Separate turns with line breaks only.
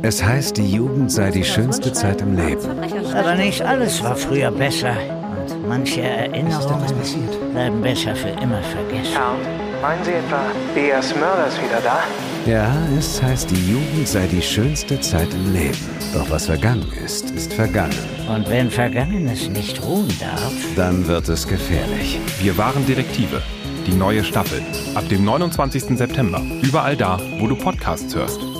Es heißt, die Jugend sei die schönste Zeit im Leben.
Aber nicht alles war früher besser. Und manche Erinnerungen bleiben besser für immer vergessen.
Town. Meinen Sie etwa, Dias Mörder ist wieder da?
Ja, es heißt, die Jugend sei die schönste Zeit im Leben. Doch was vergangen ist, ist vergangen.
Und wenn Vergangenes nicht ruhen darf,
Dann wird es gefährlich.
Wir waren Detektive. Die neue Staffel. Ab dem 29. September. Überall da, wo du Podcasts hörst.